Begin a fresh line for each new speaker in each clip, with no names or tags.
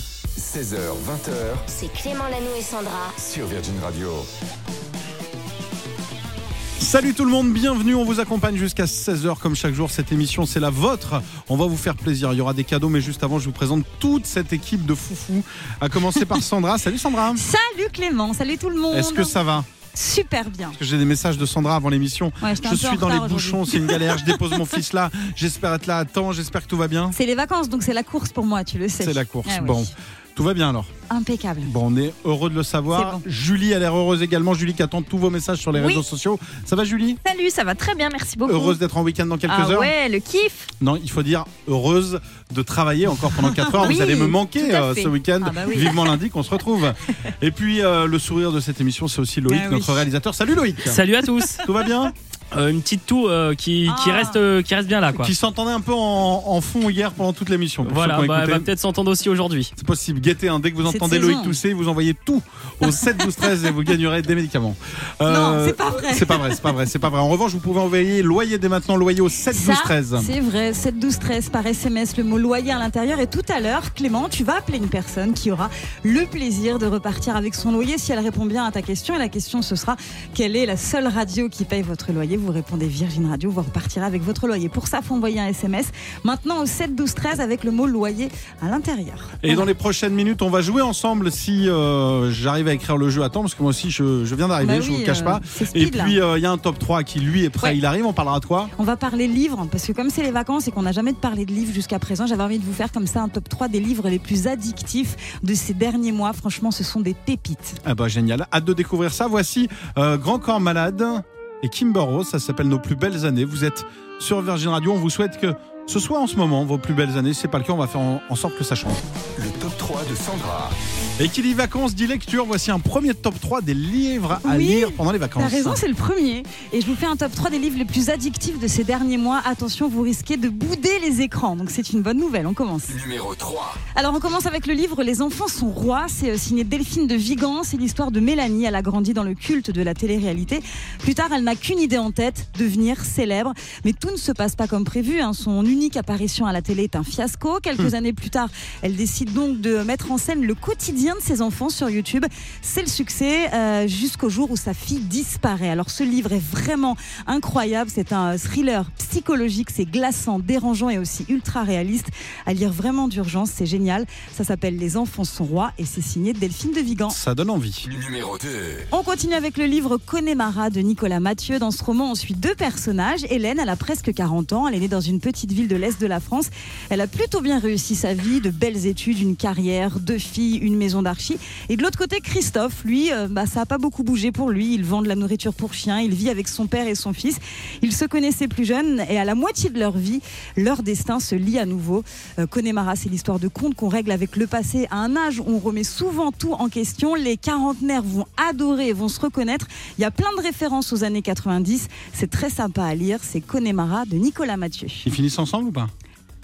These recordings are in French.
16h, 20h
C'est Clément Lanoux et Sandra.
sur Virgin Radio.
Salut tout le monde, bienvenue, on vous accompagne jusqu'à 16h comme chaque jour, cette émission c'est la vôtre, on va vous faire plaisir, il y aura des cadeaux mais juste avant je vous présente toute cette équipe de foufou, à commencer par Sandra, salut Sandra,
Salut Clément, salut tout le monde.
est-ce que ça va
Super bien.
Parce que j'ai des messages de Sandra avant l'émission,
Ouais, j'étais un
je
peu en
suis dans les
retard
bouchons,
aujourd'hui.
c'est une galère, je dépose mon fils là, j'espère être là à temps, j'espère que tout va bien,
C'est les vacances, donc c'est la course pour moi, tu le sais.
c'est la course,
Ah oui.
bon, tout va bien alors,
Impeccable.
bon on est heureux de le savoir,
C'est bon.
Julie a l'air heureuse également, Julie qui attend tous vos messages sur les
Oui.
réseaux sociaux, ça va Julie
Salut, ça va très bien, merci beaucoup.
Heureuse d'être en week-end dans quelques
ah
heures
ouais, le kiff.
Non, il faut dire heureuse de travailler encore pendant 4 heures.
Oui,
Vous allez me manquer
tout à
euh,
fait.
ce week-end.
Ah bah oui.
Vivement lundi qu'on se retrouve. Et puis euh, le sourire de cette émission, c'est aussi Loïc,
Ah oui.
notre réalisateur. Salut Loïc
Salut à tous.
Tout va bien
Euh, une petite toux euh, qui, qui
Ah.
reste euh, qui reste bien là quoi.
Qui s'entendait un peu en, en fond hier pendant toute l'émission. pour ceux
Voilà,
qui ont
bah, elle
écouté.
va peut-être s'entendre aussi aujourd'hui.
C'est possible, guettez. hein. Dès que vous
Cette
entendez
saison.
Loïc tousser, vous envoyez tout au 7 12 13 et vous gagnerez des médicaments.
Non,
Euh,
c'est pas vrai.
C'est pas vrai, c'est pas vrai, c'est pas vrai. En revanche, vous pouvez envoyer loyer dès maintenant, loyer au 7 12 13.
Ça, c'est vrai, 7 12 13 par SMS, le mot loyer à l'intérieur. Et tout à l'heure, Clément, tu vas appeler une personne qui aura le plaisir de repartir avec son loyer si elle répond bien à ta question. Et la question, ce sera quelle est la seule radio qui paye votre loyer Vous répondez Virgin Radio, vous repartirez avec votre loyer. Pour ça, faut envoyer un SMS maintenant au 7 12 13 avec le mot loyer à l'intérieur.
Et dans les prochaines minutes, on va jouer ensemble si euh, j'arrive à écrire le jeu à temps, parce que moi aussi, je, je viens d'arriver,
Bah
je
oui,
vous le cache
euh,
pas.
c'est speed,
Et
là.
puis, euh, il y a un top 3 qui, lui, est prêt,
Ouais.
il arrive, on parlera de quoi
On va parler livres, parce que comme c'est les vacances et qu'on n'a jamais parlé de livres jusqu'à présent, j'avais envie de vous faire comme ça un top 3 des livres les plus addictifs de ces derniers mois. Franchement, ce sont des pépites.
Ah bah génial, hâte de découvrir ça. Voici euh, Grand Corps Malade et Kimber Rose, ça s'appelle Nos plus belles années. Vous êtes sur Virgin Radio, on vous souhaite que ce soit en ce moment vos plus belles années. Si c'est pas le cas, on va faire en, en sorte que ça change.
Le top 3 de Sandra.
Et qui dit vacances dit lecture, voici un premier top 3 des livres à
Oui,
lire pendant les vacances.
T'as raison, c'est le premier. Et je vous fais un top 3 des livres les plus addictifs de ces derniers mois. Attention, vous risquez de bouder les écrans. Donc c'est une bonne nouvelle, on commence.
Numéro 3.
Alors on commence avec le livre Les enfants sont rois, c'est euh, signé Delphine de Vigan, c'est l'histoire de Mélanie, elle a grandi dans le culte de la télé-réalité. Plus tard, elle n'a qu'une idée en tête, devenir célèbre, mais tout ne se passe pas comme prévu, hein. son unique apparition à la télé est un fiasco. Quelques années plus tard, elle décide donc de mettre en scène le quotidien de ses enfants sur YouTube. C'est le succès euh, jusqu'au jour où sa fille disparaît. Alors ce livre est vraiment incroyable, c'est un thriller psychologique, c'est glaçant, dérangeant et aussi ultra réaliste à lire vraiment d'urgence, c'est génial. Ça s'appelle Les enfants sont rois et c'est signé Delphine de Vigan.
Ça donne envie.
Numéro 2.
On continue avec le livre Connemara de Nicolas Mathieu. Dans ce roman, on suit deux personnages. Hélène, elle a presque 40 ans. Elle est née dans une petite ville de l'Est de la France. Elle a plutôt bien réussi sa vie, de belles études, une carrière, deux filles, une maison d'archi. Et de l'autre côté, Christophe, lui, euh, bah, ça n'a pas beaucoup bougé pour lui. Il vend de la nourriture pour chiens. Il vit avec son père et son fils. Ils se connaissaient plus jeunes et à la moitié de leur vie, leur destin se lie à nouveau. Euh, Connemara, c'est l'histoire de contes qu'on règle avec le passé à un âge où on remet souvent tout en question. Les quarantenaires vont adorer et vont se reconnaître. Il y a plein de références aux années 90. C'est très sympa à lire. C'est Connemara de Nicolas Mathieu.
Ils finissent ensemble ou pas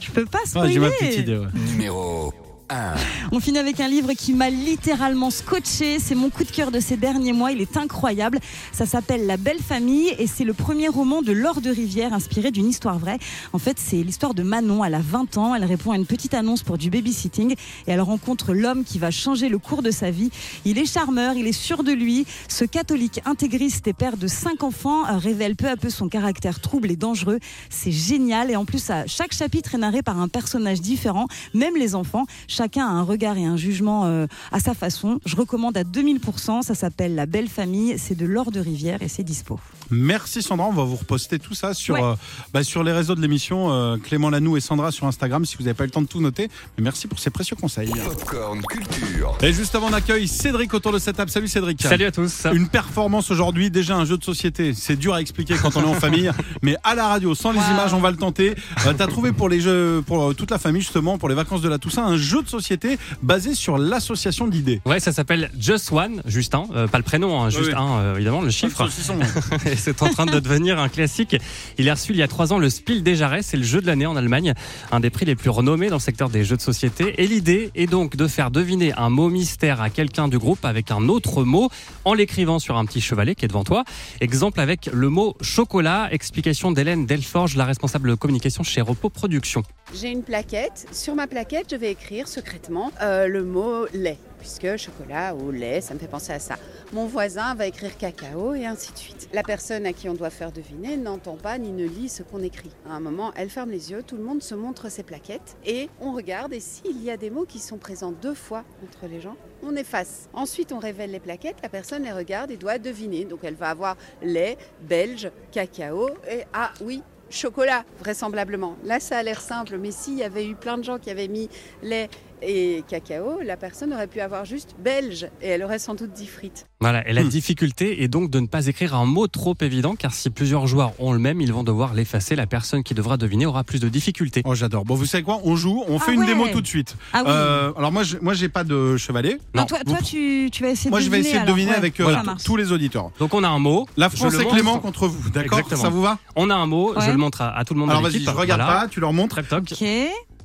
Je peux pas
Ah, J'ai
spoiler.
ma petite idée. ouais.
Numéro 1.
On finit avec un livre qui m'a littéralement scotché. C'est mon coup de cœur de ces derniers mois. Il est incroyable. Ça s'appelle La Belle Famille et c'est le premier roman de Laure de Rivière inspiré d'une histoire vraie. En fait, c'est l'histoire de Manon. Elle a 20 ans. Elle répond à une petite annonce pour du babysitting et elle rencontre l'homme qui va changer le cours de sa vie. Il est charmeur, il est sûr de lui. Ce catholique intégriste et père de 5 enfants euh, révèle peu à peu son caractère trouble et dangereux. C'est génial et en plus, à chaque chapitre est narré par un personnage différent, même les enfants. Chacun a un regard et un jugement euh, à sa façon. Je recommande à 2000%, ça s'appelle La Belle Famille, c'est de l'or de Rivière et c'est dispo.
Merci Sandra, on va vous reposter tout ça sur,
Ouais.
euh, bah, sur les réseaux de l'émission, euh, Clément Lanoux et Sandra sur Instagram si vous n'avez pas eu le temps de tout noter. Mais merci pour ces précieux conseils.
Popcorn Culture.
Et juste avant, on accueille Cédric autour de cette table. Salut Cédric.
Salut à tous.
Une performance aujourd'hui, déjà un jeu de société, c'est dur à expliquer quand on est en famille, mais à la radio, sans les
Wow.
images, on va le tenter. Euh, T'as trouvé pour les jeux, pour euh, toute la famille justement, pour les vacances de la Toussaint, un jeu de société basé sur l'association d'idées.
Ouais, ça s'appelle Just One, juste un, euh, pas le prénom, hein, juste
Oui, oui.
un, euh, évidemment, le chiffre.
Saucisson.
Et c'est en train de devenir un classique. Il a reçu il y a trois ans le Spiel des Jarrets, c'est le jeu de l'année en Allemagne, un des prix les plus renommés dans le secteur des jeux de société. Et l'idée est donc de faire deviner un mot mystère à quelqu'un du groupe avec un autre mot en l'écrivant sur un petit chevalet qui est devant toi. Exemple avec le mot chocolat, explication d'Hélène Delforge, la responsable communication chez Repos Productions.
J'ai une plaquette. Sur ma plaquette, je vais écrire secrètement euh, le mot lait, puisque chocolat ou lait, ça me fait penser à ça. Mon voisin va écrire cacao et ainsi de suite. La personne à qui on doit faire deviner n'entend pas ni ne lit ce qu'on écrit. À un moment, elle ferme les yeux, tout le monde se montre ses plaquettes et on regarde. Et s'il y a des mots qui sont présents deux fois entre les gens, on efface. Ensuite, on révèle les plaquettes, la personne les regarde et doit deviner. Donc elle va avoir lait, belge, cacao et ah oui, chocolat, vraisemblablement. Là, ça a l'air simple, mais s'il y avait eu plein de gens qui avaient mis lait et cacao, la personne aurait pu avoir juste belge et elle aurait sans doute dit frites.
Voilà, et la
Hmm.
difficulté est donc de ne pas écrire un mot trop évident, car si plusieurs joueurs ont le même, ils vont devoir l'effacer. La personne qui devra deviner aura plus de difficultés.
Oh, j'adore. Bon, vous savez quoi On joue, on
Ah
fait une
ouais.
démo tout de suite.
Ah oui.
Euh, alors, moi, je- moi, j'ai pas de chevalet.
Non,
non,
toi,
vous
toi, tu, tu vas essayer
Moi,
de
je vais
deviner.
essayer de
alors.
deviner
Ouais,
avec
ça
euh,
marche.
tous les auditeurs.
Donc on a un mot,
La
Je
France
le
et
montre.
Clément contre vous, d'accord
Exactement.
Ça vous va
on a un mot, je
Ouais.
le montre à, à tout le monde
Alors,
de
vas-y,
l'équipe. hein.
je regarde
Voilà.
pas, tu leur montres.
Très toc.
Ok.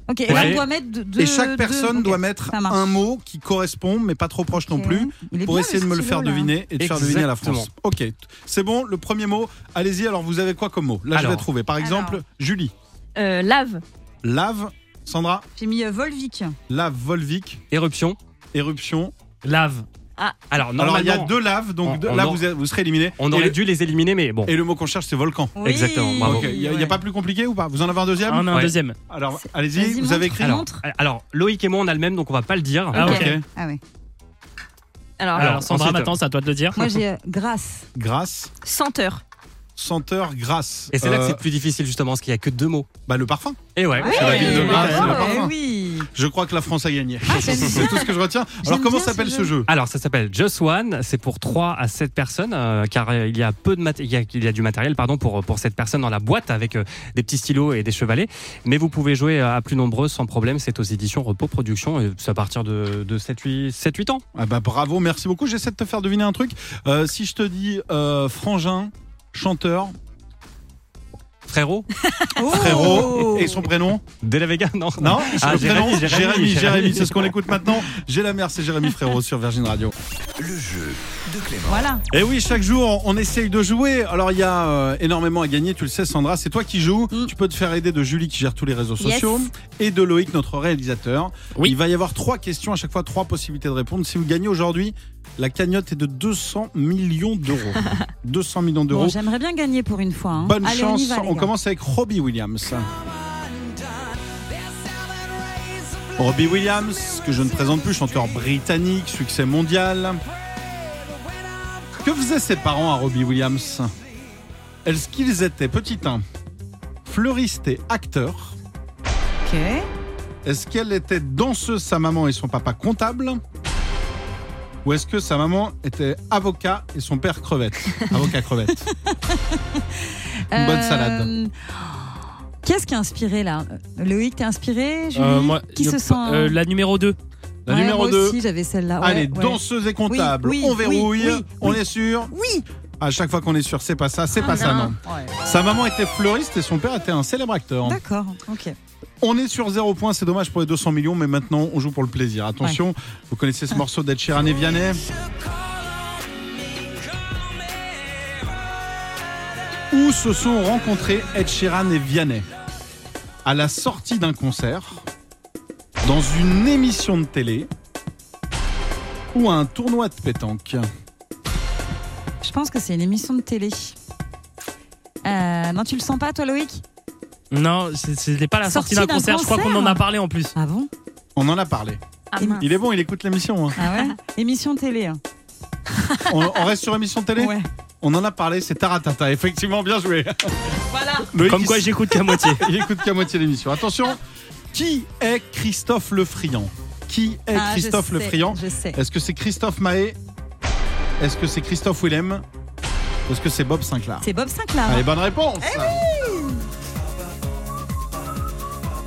Ok. Et là,
Ouais.
on doit mettre de- deux.
et chaque
deux-
personne
ok.
doit mettre
Ça marche.
un mot qui correspond, mais pas trop proche non
Ok.
plus,
Il est
pour
bien,
essayer de me le
stylo,
faire
là.
deviner et de faire deviner à la France.
Exactement.
Ok, c'est bon, le premier mot, allez-y, alors vous avez quoi comme mot Là, je vais
Alors.
trouver. Par exemple, Julie,
Euh, lave.
lave, Sandra,
J'ai mis euh, Volvic.
lave, Volvic,
Éruption,
éruption.
lave.
Ah.
Alors, normalement,
Alors, il y a deux laves, donc
On-
deux-
on
là,
en-
vous, êtes- vous serez éliminé.
on
et,
aurait
le,
dû les éliminer, mais bon.
et le mot qu'on cherche, c'est volcan.
Oui,
Exactement, bravo.
Ok, il n'y a, il y a
ouais.
pas plus compliqué ou pas Vous en avez Ah, un deuxième
On a un
Ouais.
deuxième.
Alors,
C'est-
allez-y,
vas-y,
vous avez
montre.
écrit
alors, euh,
montre.
alors, Loïc et moi, on a le même, donc on va pas le dire.
Ah,
Ok.
ok.
Ah ouais.
Alors,
Alors,
Alors,
Sandra,
ensuite-
maintenant, c'est à toi de le dire.
Moi, j'ai euh, grâce.
Grâce,
senteur.
senteur, grâce.
Et c'est là que
Euh,
c'est plus difficile, justement, parce qu'il y a que deux mots.
bah, le parfum.
Et ouais, c'est
la
la
ville ben, de
ville.
Grasse,
Ah
le
ouais,
parfum.
oui.
Je crois que la France a gagné.
Ah,
c'est
j'aime bien.
tout ce que je retiens. Alors
J'aime
comment
bien
s'appelle
ce
ce jeu
Alors ça s'appelle Just One, c'est pour 3 à 7 personnes, euh, car euh, il y a peu de mat- il y a, il y a du matériel pardon pour pour cette personne dans la boîte avec euh, des petits stylos et des chevalets, mais vous pouvez jouer euh, à plus nombreux sans problème, c'est aux éditions Repos Productions et c'est à partir de, de 7 8 7 8 ans.
Ah bah bravo, merci beaucoup. J'essaie de te faire deviner un truc. Euh, si je te dis euh, frangin, chanteur,
Frérot
Oh.
frérot
Oh.
et son prénom
De la Vega non.
Non
Ah,
Le prénom
Jérémy, Jérémy,
Jérémy,
Jérémy.
Jérémy, c'est ce qu'on écoute maintenant. J'ai la mère, c'est Jérémy Frérot sur Virgin Radio.
Le jeu de Clément.
Voilà.
Et Eh oui, chaque jour, on essaye de jouer. Alors, il y a euh, énormément à gagner, tu le sais, Sandra. C'est toi qui joues.
Mm.
Tu peux te faire aider de Julie qui gère tous les réseaux
Yes.
sociaux et de Loïc, notre réalisateur.
Oui.
Il va y avoir trois questions à chaque fois, trois possibilités de répondre. Si vous gagnez aujourd'hui, la cagnotte est de 200 millions d'euros. 200 millions d'euros.
Bon, j'aimerais bien gagner pour une fois. hein.
Bonne
Allez,
chance.
On, y va, les
on
gars.
commence avec Robbie Williams. Robbie Williams, que je ne présente plus, chanteur britannique, succès mondial. Que faisaient ses parents à Robbie Williams Est-ce qu'ils étaient, petit 1, fleuristes et acteurs
Ok.
Est-ce qu'elle était danseuse, sa maman et son papa comptable Ou est-ce que sa maman était avocat et son père crevette Avocat crevette. Une bonne salade.
Euh, Qu'est-ce qui a inspiré là Euh, Loïc, t'es inspiré Julie
Euh, moi,
Qui
y a
se
pas-
sent
euh, La numéro 2.
La
Ouais,
numéro
moi
2.
aussi, j'avais celle-là. Ouais,
Allez,
ouais.
danseuse et comptable,
Oui, oui,
on verrouille,
oui, oui,
on
oui.
est sûr.
Oui
À chaque fois qu'on est sûr, c'est pas ça, c'est
Ah
pas ça,
non.
non. Sa maman était fleuriste et son père était un célèbre acteur.
D'accord, ok.
On est sur zéro point, c'est dommage pour les 200 millions, mais maintenant on joue pour le plaisir. Attention, vous connaissez ce morceau d'Ed Sheeran et Vianney Où se sont rencontrés Ed Sheeran et Vianney À la sortie d'un concert, dans une émission de télé ou à un tournoi de pétanque
Je pense que c'est une émission de télé. Euh, non, tu le sens pas, toi, Loïc
Non, c'est- c'était pas la sortie
Sortie
d'un
d'un
concert. Je crois qu'on
hein.
en a
concert.
parlé en plus.
Ah bon
On en a parlé.
Ah, mince.
Il est bon, il écoute l'émission. hein.
Ah ouais Émission de télé. hein.
On, on reste sur émission de télé
Ouais.
On en a parlé, c'est Taratata. Effectivement, bien joué.
Voilà.
Loïc,
Comme
il
quoi, j'écoute qu'à moitié.
Il écoute qu'à moitié l'émission. Attention, qui est Christophe Le Friand Qui est
Ah, je
Christophe Le
sais,
Friand
Je sais.
Est-ce que c'est Christophe Mahé Est-ce que c'est Christophe Willem Est-ce que c'est Bob Sinclair
C'est Eh Bob Sinclair. hein.
Allez, bonne réponse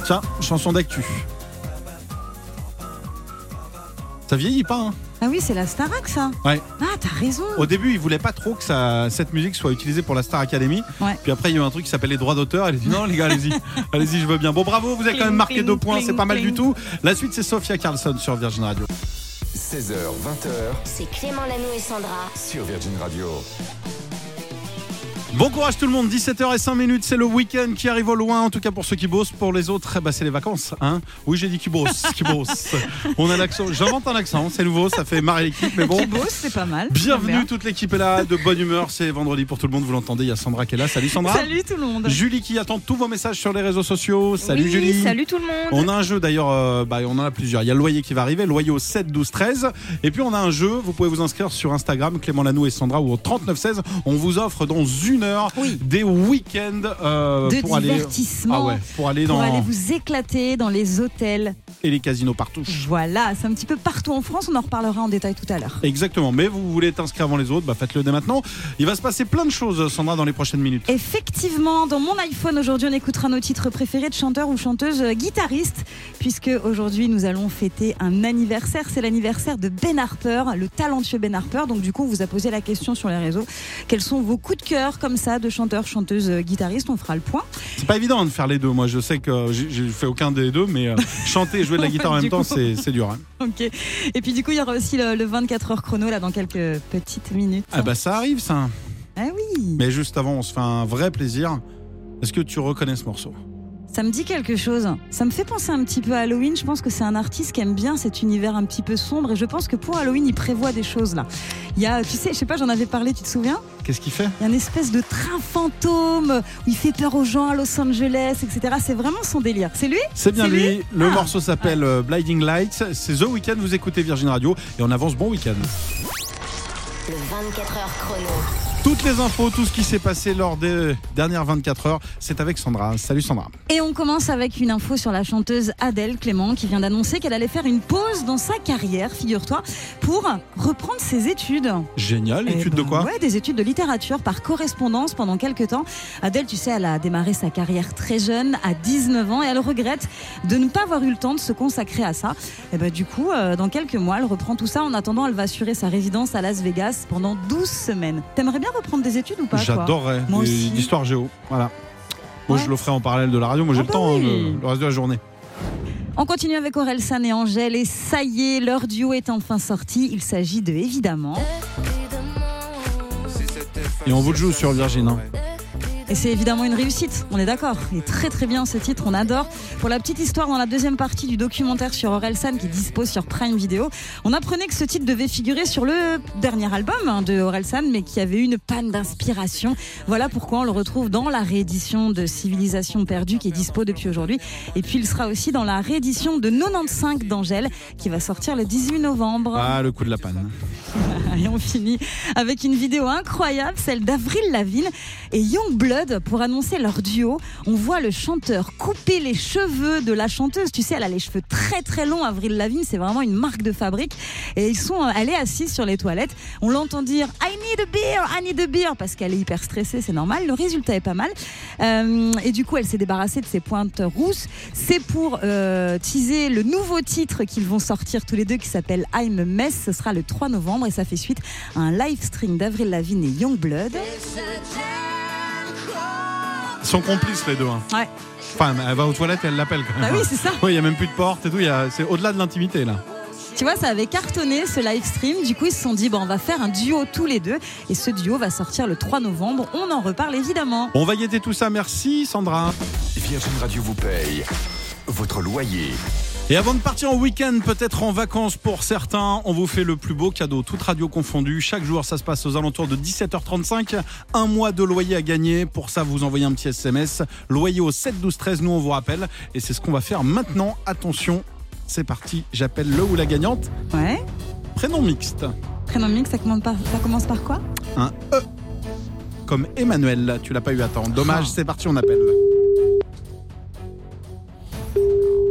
Tiens, chanson d'actu. Ça vieillit pas, hein
Ah oui, c'est la Starac, ça
Ouais.
Ah, t'as raison.
Au début, il voulait pas trop que ça- cette musique soit utilisée pour la Star Academy.
Ouais.
Puis après, il y a eu un truc qui s'appelle les droits d'auteur. Elle a dit non, les gars, allez-y, allez-y, je veux bien. Bon, bravo, vous avez quand
Cling,
même marqué
cling,
deux points,
cling,
c'est pas mal
cling.
du tout. La suite, c'est Sophia Carlson sur Virgin Radio.
16h, 20h
C'est Clément Lanou et Sandra
sur Virgin Radio.
Bon courage tout le monde, 17h05 minutes, c'est le week-end qui arrive au loin, en tout cas pour ceux qui bossent, pour les autres, eh ben, c'est les vacances. Hein oui, j'ai dit qui bosse, qui bosse. On a l'accent, j'invente un accent, c'est nouveau, ça fait marrer l'équipe, mais bon.
Beau, c'est pas mal.
Bienvenue, toute l'équipe est là, de bonne humeur, c'est vendredi pour tout le monde, vous l'entendez, il y a Sandra qui est là, salut Sandra.
Salut tout le monde.
Julie qui attend tous vos messages sur les réseaux sociaux, salut
Oui,
Julie.
Salut tout le monde.
On a un jeu d'ailleurs, euh, bah, on en a plusieurs. Il y a le loyer qui va arriver, loyer au 7, 12, 13. Et puis on a un jeu, vous pouvez vous inscrire sur Instagram, Clément Lanou et Sandra ou au 39, 16. On vous offre dans une heure des week-ends euh,
De
pour aller. Ah
divertissement.
ouais, pour aller dans
Pour aller vous éclater dans les hôtels.
et les casinos partout.
Voilà, c'est un petit peu partout en France. On en reparlera en détail tout à l'heure.
Exactement, mais vous voulez être inscrit avant les autres, bah faites-le dès maintenant. Il va se passer plein de choses, Sandra, dans les prochaines minutes.
Effectivement, dans mon iPhone aujourd'hui, on écoutera nos titres préférés de chanteurs ou chanteuses euh, guitaristes, puisque aujourd'hui nous allons fêter un anniversaire. C'est l'anniversaire de Ben Harper, le talentueux Ben Harper. Donc du coup, on vous a posé la question sur les réseaux quels sont vos coups de cœur comme ça de chanteurs, chanteuses, euh, guitaristes On fera le point.
C'est pas évident hein, de faire les deux. Moi, je sais que j'ai j'ai fait aucun des deux, mais euh, chanter et jouer de la guitare en
Du
même temps,
coup.
c'est c'est dur. hein.
Ok. Et puis du coup, il y aura aussi le, le 24 heures chrono là dans quelques petites minutes.
Ah bah ça arrive, ça.
Ah oui.
Mais juste avant, on se fait un vrai plaisir. Est-ce que tu reconnais ce morceau
Ça me dit quelque chose. Ça me fait penser un petit peu à Halloween. Je pense que c'est un artiste qui aime bien cet univers un petit peu sombre et je pense que pour Halloween, il prévoit des choses là. Il y a, tu sais, je sais pas, j'en avais parlé, tu te souviens
Qu'est-ce qu'il fait
Il y a une espèce de train fantôme où il fait peur aux gens à Los Angeles, etc. C'est vraiment son délire. C'est lui
C'est bien
C'est
lui.
lui
Le
Ah.
morceau s'appelle euh, Blinding Lights. C'est The Weeknd. Vous écoutez Virgin Radio et on avance. Bon week-end.
Le 24 heures chrono.
Toutes les infos, tout ce qui s'est passé lors des dernières 24 heures, c'est avec Sandra. Salut Sandra.
Et on commence avec une info sur la chanteuse Adèle Clément qui vient d'annoncer qu'elle allait faire une pause dans sa carrière, figure-toi, pour reprendre ses études.
Génial.
Eh
Étude de
ben,
quoi
Ouais, des études de littérature par correspondance pendant quelques temps. Adèle, tu sais, elle a démarré sa carrière très jeune, à 19 ans, et elle regrette de ne pas avoir eu le temps de se consacrer à ça. Et ben du coup, euh, dans quelques mois, elle reprend tout ça. En attendant, elle va assurer sa résidence à Las Vegas pendant 12 semaines. T'aimerais bien reprendre des études ou pas toi
J'adorerais.
Moi
des-
aussi.
L'histoire géo. Voilà. Moi,
Ouais.
je le ferai en parallèle de la radio. Moi, j'ai
Ah
le
bah
temps hein,
oui.
le- le reste de la journée.
On continue avec Aurel San et Angèle, et ça y est, leur duo est enfin sorti. Il s'agit de évidemment.
Et on vous le joue sur Virgin. hein.
Et c'est évidemment une réussite, on est d'accord. Il est très très bien ce titre, on adore. Pour la petite histoire, dans la deuxième partie du documentaire sur Orelsan qui dispose sur Prime Video, on apprenait que ce titre devait figurer sur le dernier album hein, de Orelsan, mais qui avait eu une panne d'inspiration. Voilà pourquoi on le retrouve dans la réédition de Civilisation perdue qui est dispo depuis aujourd'hui. Et puis il sera aussi dans la réédition de 95 d'Angèle qui va sortir le 18 novembre.
Ah, le coup de la panne.
Et on finit avec une vidéo incroyable, celle d'Avril Lavigne et Youngblood pour annoncer leur duo. On voit le chanteur couper les cheveux de la chanteuse. Tu sais, elle a les cheveux très très longs. Avril Lavigne, c'est vraiment une marque de fabrique. Et ils sont euh, allés assis sur les toilettes. On l'entend dire I need a beer, I need a beer parce qu'elle est hyper stressée, c'est normal. Le résultat est pas mal. Euh, et du coup, elle s'est débarrassée de ses pointes rousses. C'est pour euh, teaser le nouveau titre qu'ils vont sortir tous les deux qui s'appelle I'm a Mess. Ce sera le 3 novembre et ça fait suite à un live stream d'Avril Lavigne et Youngblood.
Ils sont complices, les deux. hein.
Ouais.
Enfin, elle va aux toilettes et elle l'appelle quand même.
Bah oui, c'est ça.
Oui, il n'y a même plus de porte et tout. il y a- C'est au-delà de l'intimité, là.
Tu vois, ça avait cartonné ce live stream. Du coup, ils se sont dit, bon, on va faire un duo tous les deux. Et ce duo va sortir le 3 novembre. On en reparle évidemment.
On va guetter tout ça. Merci, Sandra.
Virgin Radio vous paye votre loyer.
Et avant de partir en week-end, peut-être en vacances pour certains, on vous fait le plus beau cadeau, toute radio confondue. Chaque jour, ça se passe aux alentours de 17h35. Un mois de loyer à gagner. Pour ça, vous envoyez un petit SMS. Loyer au 7 12 13, nous, on vous rappelle. Et c'est ce qu'on va faire maintenant. Attention, c'est parti. J'appelle le ou la gagnante.
Ouais.
Prénom mixte.
Prénom mix, ça commence par, ça commence par quoi
Un E. Comme Emmanuel. Tu l'as pas eu à temps. Dommage, c'est parti, on appelle.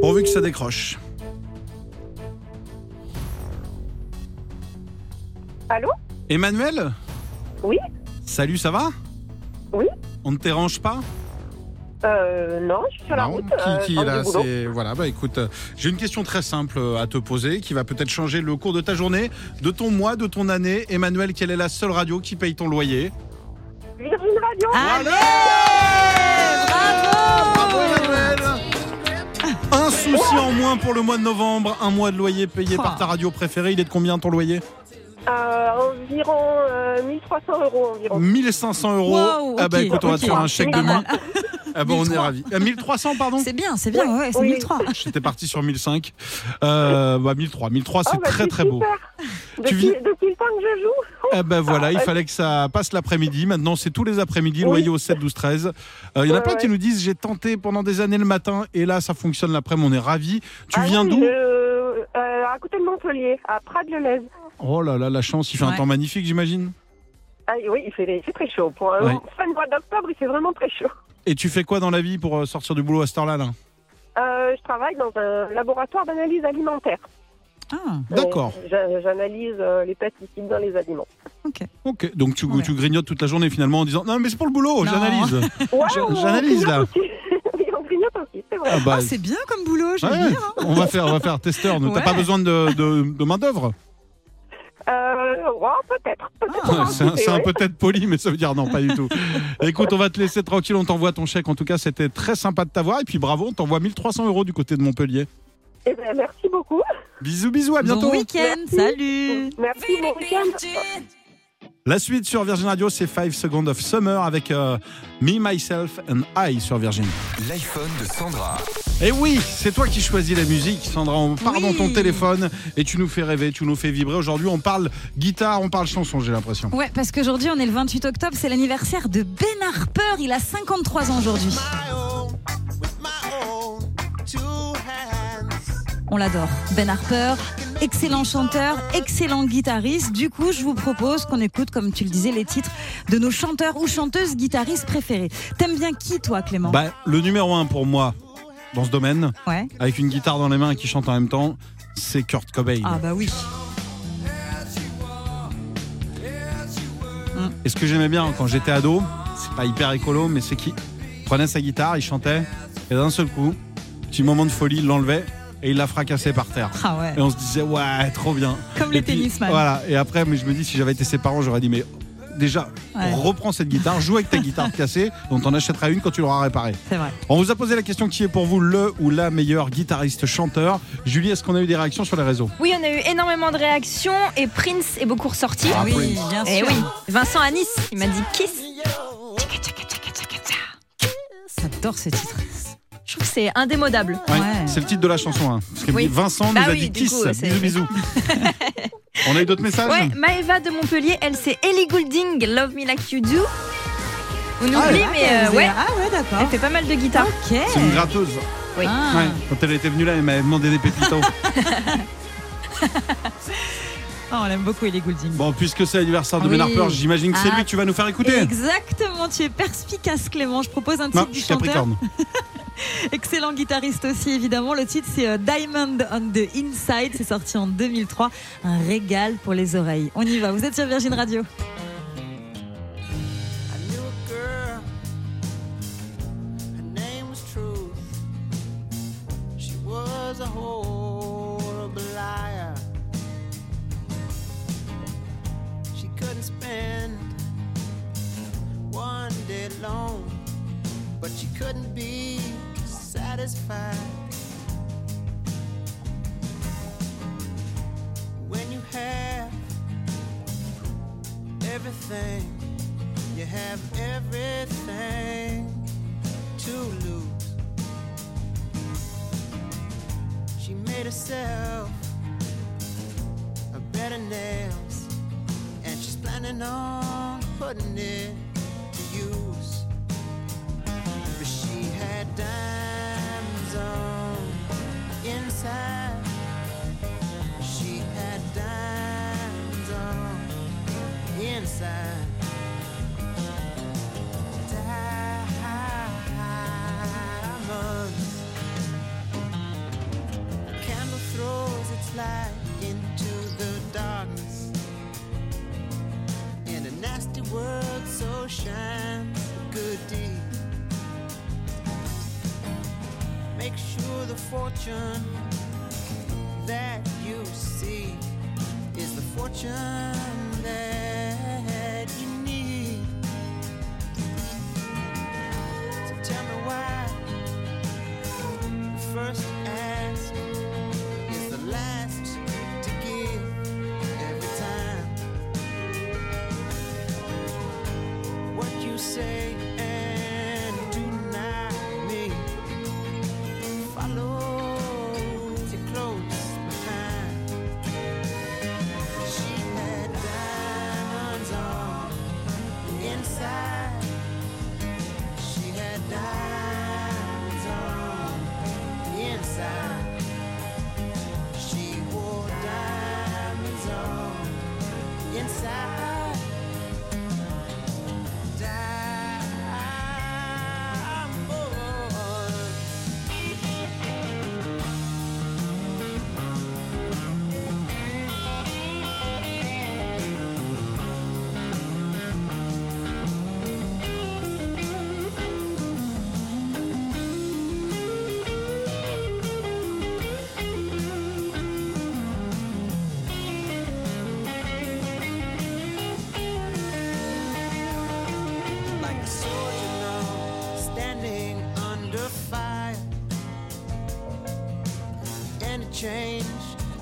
Pourvu que ça décroche.
Allô
Emmanuel
Oui.
Salut, ça va
Oui.
On ne te dérange pas
Euh, non, je suis sur la
Non,
route.
qui-
euh,
qui est
dans le
là,
boulot.
c'est- Voilà, bah écoute, euh, j'ai une question très simple euh, à te poser qui va peut-être changer le cours de ta journée, de ton mois, de ton année. Emmanuel, quelle est la seule radio qui paye ton loyer
Virgin Radio
Allez
Bravo Emmanuel Un souci en moins pour le mois de novembre, un mois de loyer payé
Oh.
par ta radio préférée. Il est de combien ton loyer
Euh, environ euh, 1300 euros environ.
Mm, 1500 euros.
Wow,
ah bah
ok,
écoute, on va te
ok.
faire un chèque de
Pas
moins.
mal.
Ah bon, on est ravis. Ah, 1300, pardon
C'est bien, c'est bien, ouais, c'est
Oui.
1003.
J'étais parti sur 1005. Euh, bah 1003. 1003, c'est
Oh, bah,
très très beau.
super.
Tu
Depuis,
vis-
depuis le temps que je joue
Eh ben
Ah,
voilà, il fallait que ça passe l'après-midi. Maintenant, c'est tous les après-midi, loyer au 7, 12, 13. Euh, Il y en a
Ouais,
plein qui
ouais.
nous disent j'ai tenté pendant des années le matin et là, ça fonctionne l'après-midi, on est ravis. Tu
Ah
viens
oui,
d'où
euh, euh, À côté de Montpellier, à Prades-le-Lez.
Oh là là, la chance, il fait un
Ouais.
temps magnifique, j'imagine.
Ah oui, il fait, c'est très chaud. Pour un
Ouais.
fin de mois d'octobre, il fait vraiment très chaud.
Et tu fais quoi dans la vie pour euh, sortir du boulot à cette heure-là là
Euh, je travaille dans un laboratoire d'analyse alimentaire.
Ah,
D'accord,
Euh, j'a- J'analyse euh, les pesticides dans les aliments.
ok. Donc tu,
Ouais.
tu grignotes toute la journée finalement en disant non, mais c'est pour le boulot,
Non.
j'analyse.
Ouais,
Je-
on
j'analyse, là.
grignote aussi. Oui, on grignote aussi, c'est vrai.
Ah bah,
Ah, c'est bien comme boulot, je veux
Ah ouais,
dire. hein.
on, va faire, on va faire testeur. ne T'as
Ouais.
pas besoin de, de- de main-d'œuvre
Euh, ouais, peut-être. peut-être
Ah,
on va en
C'est un,
goûter,
c'est un
ouais.
peu peut-être poli, mais ça veut dire non, pas du tout. Écoute, on va te laisser tranquille, on t'envoie ton chèque. En tout cas, c'était très sympa de t'avoir. Et puis bravo, on t'envoie 1300 euros du côté de Montpellier.
Eh ben, merci beaucoup.
Bisous, bisous, à bientôt.
Bon week-end, salut.
Merci, bon week-end.
La suite sur Virgin Radio, c'est 5 Seconds of Summer avec euh, Me, Myself and I sur Virgin.
L'iPhone de Sandra.
Et Eh oui, c'est toi qui choisis la musique, Sandra. On part
Oui.
dans ton téléphone et tu nous fais rêver, tu nous fais vibrer. Aujourd'hui, on parle guitare, on parle chanson, j'ai l'impression.
Ouais, parce qu'aujourd'hui, on est le 28 octobre, c'est l'anniversaire de Ben Harper. Il a 53 ans aujourd'hui. On l'adore. Ben Harper, excellent chanteur, excellent guitariste. Du coup, je vous propose qu'on écoute, comme tu le disais, les titres de nos chanteurs ou chanteuses guitaristes préférés. T'aimes bien qui, toi, Clément
Bah, le numéro un pour moi dans ce domaine,
Ouais.
avec une guitare dans les mains et qui chante en même temps, c'est Kurt Cobain.
Ah, bah oui.
Et ce que j'aimais bien quand j'étais ado, c'est pas hyper écolo, mais c'est qu'il prenait sa guitare, il chantait, et d'un seul coup, petit moment de folie, il l'enlevait et il la fracassait par terre.
Ah, ouais.
Et on se disait, ouais, trop bien.
Comme
Et
les
puis,
tennisman.
Voilà, et après, mais je me dis, si j'avais été ses parents, j'aurais dit, mais déjà,
Ouais.
reprends cette guitare, joue avec ta guitare cassée, dont on achètera une quand tu l'auras réparée.
C'est vrai.
On vous a posé la question qui est pour vous le ou la meilleure guitariste-chanteur. Julie, est-ce qu'on a eu des réactions sur les réseaux
Oui, on a eu énormément de réactions et Prince est beaucoup ressorti.
Ah,
Eh oui,
Prince.
bien
Eh
sûr.
Et oui, Vincent à Nice, il m'a dit Kiss.
J'adore ce titre.
Je trouve que c'est indémodable.
Ouais,
Ouais.
C'est le titre de la chanson. hein. Parce que
Oui.
Vincent
Bah
nous a
oui,
dit
du
Kiss.
coup, c'est-
bisous, bisous. on a eu d'autres messages
Ouais, Maeva de Montpellier, elle c'est Ellie Goulding, Love Me Like You Do. On oublie, mais euh,
Ah, vous avez-
ouais,
Ah, ouais, d'accord.
elle fait pas mal de guitare.
Ok.
C'est une gratteuse.
Oui.
Ah.
Ouais, quand elle était venue là, elle m'avait demandé des pépitos.
Ah, on l'aime beaucoup, Ellie Goulding.
bon, puisque c'est l'anniversaire de
Oui.
Ben Harper, j'imagine que c'est
Ah.
lui que tu vas nous faire écouter.
Exactement, tu es perspicace Clément. Je propose un titre
Non, je
du
suis
chanteur.
Capricorne.
Excellent guitariste aussi évidemment. Le titre c'est euh, Diamond on the Inside. C'est sorti en 2003. Un régal pour les oreilles. On y va, vous êtes sur Virgin Radio.
Every time oh.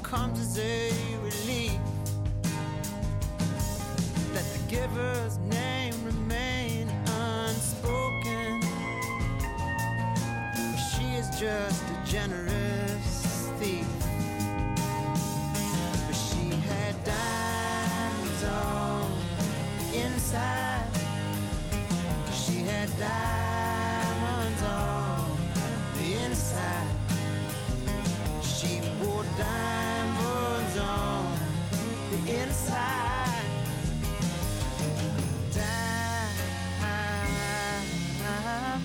comes as a relief that the giver's name remain unspoken. For she is just a generous thief. But she had diamonds on the inside. She had diamonds on the inside. She wore diamonds on the inside.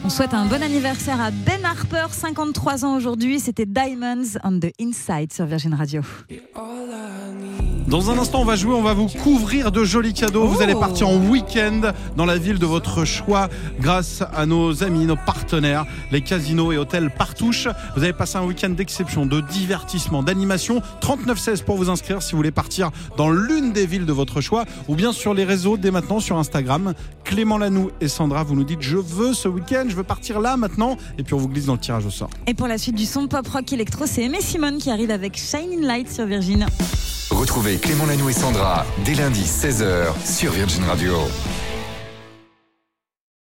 On souhaite un bon anniversaire à Ben Harper, 53 ans aujourd'hui. C'était Diamonds on the Inside sur Virgin Radio.
Dans un instant, on va jouer, on va vous couvrir de jolis cadeaux. Vous allez partir en week-end dans la ville de votre choix grâce à nos amis, nos partenaires, les casinos et hôtels Partouche. Vous allez passer un week-end d'exception, de divertissement, d'animation. 3916 pour vous inscrire si vous voulez partir dans l'une des villes de votre choix ou bien sur les réseaux dès maintenant sur Instagram. Clément Lanoux et Sandra, vous nous dites je veux ce week-end, je veux partir là maintenant et puis on vous glisse dans le tirage au sort.
Et pour la suite du son pop rock électro, c'est Aimé Simone qui arrive avec Shining Light sur Virgin.
Retrouvez Clément Lanoux et Sandra dès lundi 16h sur Virgin Radio.